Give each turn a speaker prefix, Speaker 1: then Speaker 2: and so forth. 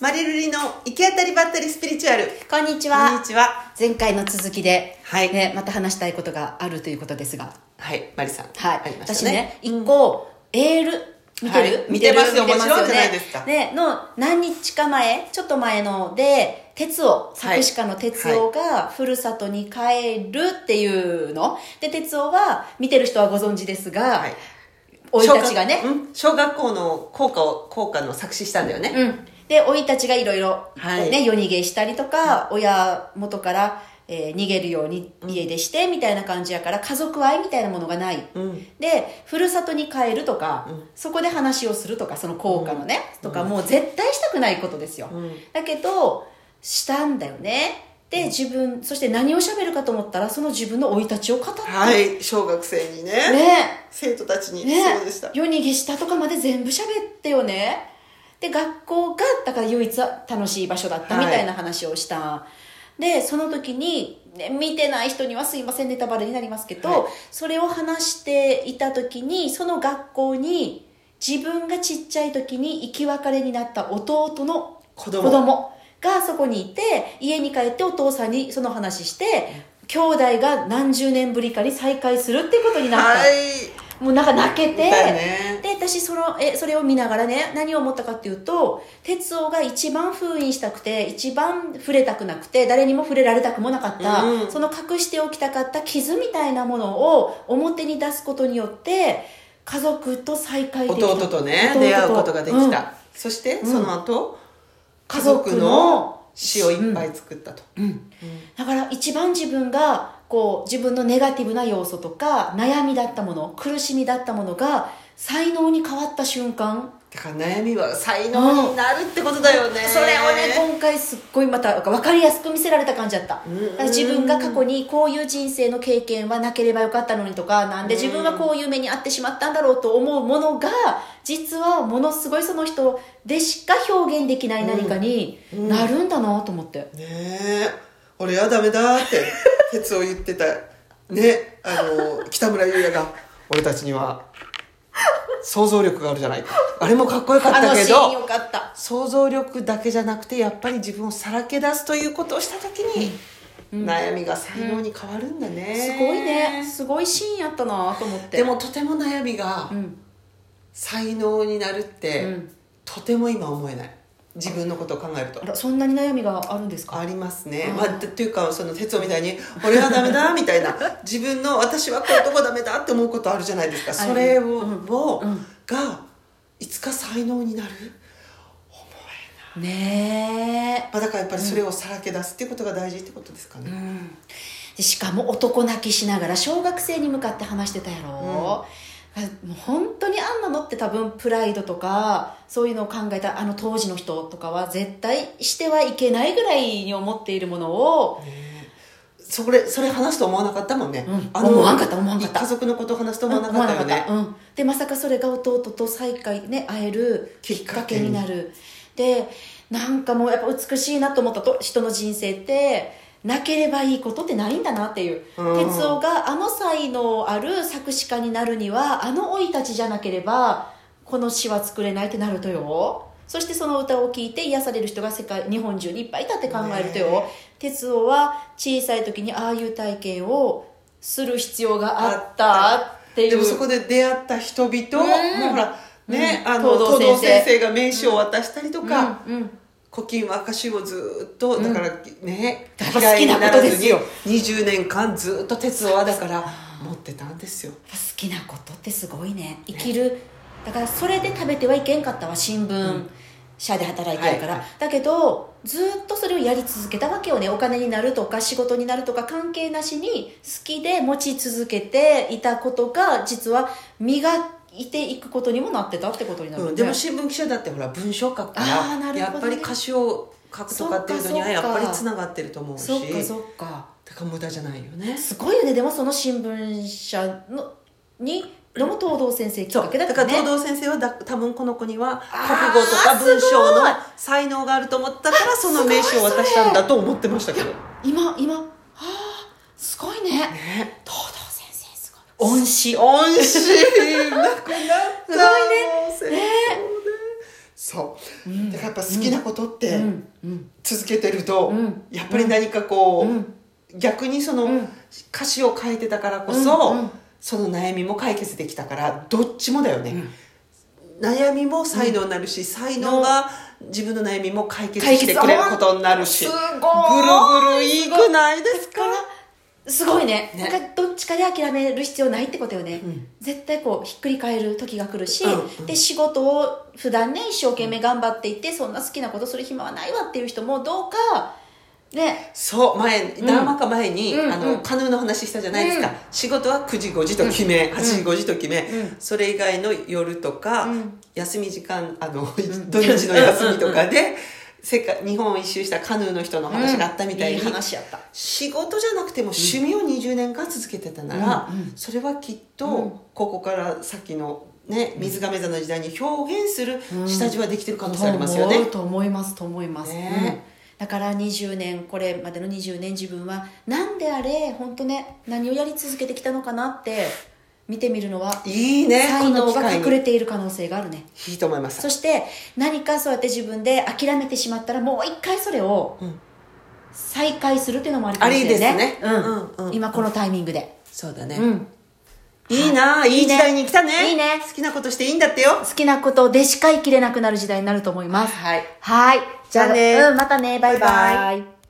Speaker 1: マリルリの行き当たりばったりスピリチュアル。
Speaker 2: こんにち
Speaker 1: こん
Speaker 2: は
Speaker 1: にちは。
Speaker 2: 前回の続きで、
Speaker 1: はい
Speaker 2: ね、また話したいことがあるということですが
Speaker 1: はい、マリさん。
Speaker 2: はい、
Speaker 1: ありまし
Speaker 2: 私
Speaker 1: た
Speaker 2: ね一個、エール見てる、
Speaker 1: はい見てますよもちろんじゃないですか
Speaker 2: ね、の何日か前ちょっと前ので哲夫
Speaker 1: はい
Speaker 2: 作詞家の哲夫がふるさとに帰るっていうの、で哲夫は見てる人はご存知ですが
Speaker 1: はい
Speaker 2: 生、い立ちがね
Speaker 1: 小学うん小学校の校歌を、校歌の作詞したんだよね。
Speaker 2: うん、で老いたちがいろいろ
Speaker 1: はい
Speaker 2: ね夜逃げしたりとか、親元から、えー逃げるように家出してみたいな感じやから家族愛みたいなものがない、
Speaker 1: ん
Speaker 2: でふるさとに帰るとか、そこで話をするとかその効果のね、とかもう絶対したくないことですよ、だけどしたんだよねで自分そして何を喋るかと思ったらその自分の生い立ちを語った、
Speaker 1: はい、小学生にね。
Speaker 2: ね
Speaker 1: 生徒たちに、
Speaker 2: ね
Speaker 1: そうでした。
Speaker 2: 夜逃げしたとかまで全部喋ってよねで学校がだから唯一楽しい場所だった
Speaker 1: はい
Speaker 2: みたいな話をした、でその時に、ね、見てない人にはすいませんネタバレになりますけど、
Speaker 1: はい
Speaker 2: それを話していた時にその学校に自分がちっちゃい時に生き別れになった弟の
Speaker 1: 子
Speaker 2: 子
Speaker 1: 供。
Speaker 2: 供がそこにいて家に帰ってお父さんにその話して兄弟が何十年ぶりかに再会するってことになった、
Speaker 1: はい。
Speaker 2: もうなんか泣けて、
Speaker 1: だよね
Speaker 2: で私そのえそれを見ながらね何を思ったかっていうと哲夫が一番封印したくて一番触れたくなくて誰にも触れられたくもなかった、
Speaker 1: うん
Speaker 2: その隠しておきたかった傷みたいなものを表に出すことによって家族と再会できた
Speaker 1: 弟とね、
Speaker 2: 弟
Speaker 1: 出会うことができ
Speaker 2: うん
Speaker 1: た。そして、その後、
Speaker 2: 家族の
Speaker 1: 詩をいっぱい作ったと。
Speaker 2: だから一番自分がこう自分のネガティブな要素とか悩みだったもの苦しみだったものが才能に変わった瞬間
Speaker 1: だから悩みは才能になるってことだよね。
Speaker 2: それをね今回すっごいまた分かりやすく見せられた感じだった、だから自分が過去にこういう人生の経験はなければよかったのにとかなんで自分はこういう目に遭ってしまったんだろうと思うものが実はものすごいその人でしか表現できない何かになるんだなと思って、
Speaker 1: ねえ俺はダメだって鉄を言ってたねあの北村優也が俺たちには想像力があるじゃないかあれもかっこよかっ
Speaker 2: あ
Speaker 1: た
Speaker 2: の
Speaker 1: け
Speaker 2: シーン
Speaker 1: ど
Speaker 2: よかった
Speaker 1: 想像力だけじゃなくてやっぱり自分をさらけ出すということをした時に、悩みが才能に変わるんだね、
Speaker 2: すごいねすごいシーンやったなと思って
Speaker 1: でもとても悩みが
Speaker 2: ん
Speaker 1: 才能になるって、
Speaker 2: うん
Speaker 1: とても今思えない自分のことを考えると
Speaker 2: あらそんなに悩みがあるんですか
Speaker 1: ありますね、
Speaker 2: あー
Speaker 1: まあ、っていうかその哲夫みたいに「俺はダメだ」みたいな自分の「私はこういうとこダメだ」って思うことあるじゃないですか
Speaker 2: ある
Speaker 1: それを、を
Speaker 2: うん
Speaker 1: がいつか才能になる、
Speaker 2: ねえ
Speaker 1: まあ、だからやっぱりそれをさらけ出すっていうことが大事ってことですかね、
Speaker 2: でしかも男泣きしながら小学生に向かって話してたやろ、もう本当にあんなのって多分プライドとかそういうのを考えたあの当時の人とかは絶対してはいけないぐらいに思っているものを、
Speaker 1: それそれ話すと思わなかったもんね、
Speaker 2: うん思わんかった思わんかった
Speaker 1: 家族のことを話すと思わな
Speaker 2: 思
Speaker 1: か
Speaker 2: わ
Speaker 1: った
Speaker 2: な
Speaker 1: よ
Speaker 2: かった
Speaker 1: ね、
Speaker 2: うん、でまさかそれが弟と再会ね会えるき
Speaker 1: き
Speaker 2: っ
Speaker 1: っ
Speaker 2: か
Speaker 1: か
Speaker 2: け
Speaker 1: け
Speaker 2: に
Speaker 1: に
Speaker 2: なるでなんかもうやっぱ美しいなと思ったと人の人生ってなければいいことってないんだなっていう、
Speaker 1: うん
Speaker 2: 哲夫があの才能ある作詞家になるにはあの生い立ちじゃなければこの詩は作れないってなるとよそしてその歌を聴いて癒される人が世界日本中にいっぱいいたって考えるとよ、
Speaker 1: ね
Speaker 2: 哲夫は小さい時にああいう体験をする必要があっ
Speaker 1: あ
Speaker 2: たっていう
Speaker 1: でもそこで出会った人々、
Speaker 2: うん
Speaker 1: もうほらね、
Speaker 2: うん
Speaker 1: あの
Speaker 2: 藤堂
Speaker 1: 東
Speaker 2: 先生
Speaker 1: 堂先生が名刺を渡したりとか、
Speaker 2: うんうん
Speaker 1: 古今和歌集をずっとだからね、
Speaker 2: だから好きなことですよ
Speaker 1: 20年間ずっと鉄道はだから持ってたんですよ
Speaker 2: 好きなことってすごいね生きるだからそれで食べてはいけんかったわ新聞社で働いてるから、
Speaker 1: はい
Speaker 2: だけどずっとそれをやり続けたわけよねお金になるとか仕事になるとか関係なしに好きで持ち続けていたことが実は磨いていくことにもなってたってことになるよ
Speaker 1: う
Speaker 2: ね
Speaker 1: ん、でも新聞記者だってほら文章書くか
Speaker 2: あーな
Speaker 1: ら、
Speaker 2: る
Speaker 1: や
Speaker 2: ほ
Speaker 1: っ
Speaker 2: ど
Speaker 1: ぱ
Speaker 2: ね
Speaker 1: り歌詞を書くとかっていうのには
Speaker 2: そっ
Speaker 1: や
Speaker 2: か
Speaker 1: っぱりつながってると思うし
Speaker 2: そっかそっか
Speaker 1: だから無駄じゃないよね
Speaker 2: すごいよねでもその新聞社のにのも東堂先生きっかけだっ
Speaker 1: だ
Speaker 2: た
Speaker 1: から
Speaker 2: ね
Speaker 1: 東堂先生はだ多分この子には
Speaker 2: あー
Speaker 1: 覚悟とか文章
Speaker 2: すごい
Speaker 1: の才能があると思ったからその名刺を渡したんだと思ってましたけど
Speaker 2: 今今はあすごいね
Speaker 1: ね
Speaker 2: 東堂先生すごい恩師
Speaker 1: 恩師なくなった
Speaker 2: すごいね
Speaker 1: 先生ねそう、
Speaker 2: うん
Speaker 1: だからやっぱ好きなことって、
Speaker 2: うんうん
Speaker 1: 続けてると、
Speaker 2: うん
Speaker 1: やっぱり何かこう、
Speaker 2: うん
Speaker 1: 逆にその、
Speaker 2: うん
Speaker 1: 歌詞を書いてたからこそ、
Speaker 2: うんうん
Speaker 1: その悩みも解決できたからどっちもだよね、悩みも才能になるし、才能が自分の悩みも解決してくれることになるし
Speaker 2: す
Speaker 1: ぐ
Speaker 2: ご
Speaker 1: るぐる
Speaker 2: い
Speaker 1: いいくないですか
Speaker 2: すごいね
Speaker 1: ね
Speaker 2: なんかどっちかで諦める必要ないってことよね、
Speaker 1: うん
Speaker 2: 絶対こうひっくり返る時が来るし、
Speaker 1: うんうん
Speaker 2: で仕事を普段ね一生懸命頑張っていて、そんな好きなことする暇はないわっていう人もどうかね
Speaker 1: そう前
Speaker 2: ん
Speaker 1: 何話か前に、
Speaker 2: うん
Speaker 1: あ
Speaker 2: う
Speaker 1: の
Speaker 2: ん
Speaker 1: カヌーの話したじゃないですか、
Speaker 2: うん
Speaker 1: 仕事は9時5時と決め、8時5時と決め、
Speaker 2: うん
Speaker 1: それ以外の夜とか、
Speaker 2: うん
Speaker 1: 休み時間あの、土日の休みとかで世界日本を一周したカヌーの人の話があったみたいに、
Speaker 2: うんいい話やった
Speaker 1: 仕事じゃなくても趣味を20年間続けてたなら、
Speaker 2: うんうん
Speaker 1: それはきっ
Speaker 2: うん
Speaker 1: とここから先のね水亀座の時代に表現する
Speaker 2: うん
Speaker 1: 下地はできてる可能性ありますよね、
Speaker 2: と思いますと思います、
Speaker 1: ね
Speaker 2: うんだから20年これまでの20年自分は何であれ本当ね何をやり続けてきたのかなって見てみるのはい
Speaker 1: いねこ
Speaker 2: 才
Speaker 1: の
Speaker 2: 能
Speaker 1: 機
Speaker 2: が
Speaker 1: 会
Speaker 2: 隠れ
Speaker 1: に
Speaker 2: ている可能性があるね
Speaker 1: いいと思います
Speaker 2: そして何かそうやって自分で諦めてしまったらもう一回それを
Speaker 1: うん
Speaker 2: 再開するっていうのもありかもしれな
Speaker 1: あり
Speaker 2: い
Speaker 1: ですね
Speaker 2: うん
Speaker 1: うんうん
Speaker 2: 今このタイミングで、
Speaker 1: そうだね、
Speaker 2: うん
Speaker 1: いいなあいい時代に来たね
Speaker 2: いいね
Speaker 1: 好きなことしていいんだってよ
Speaker 2: 好きなことでしか生きれなくなる時代になると思います
Speaker 1: はい
Speaker 2: はいじゃあ
Speaker 1: じゃあね
Speaker 2: うん、またねバイバイ
Speaker 1: バイバ
Speaker 2: イ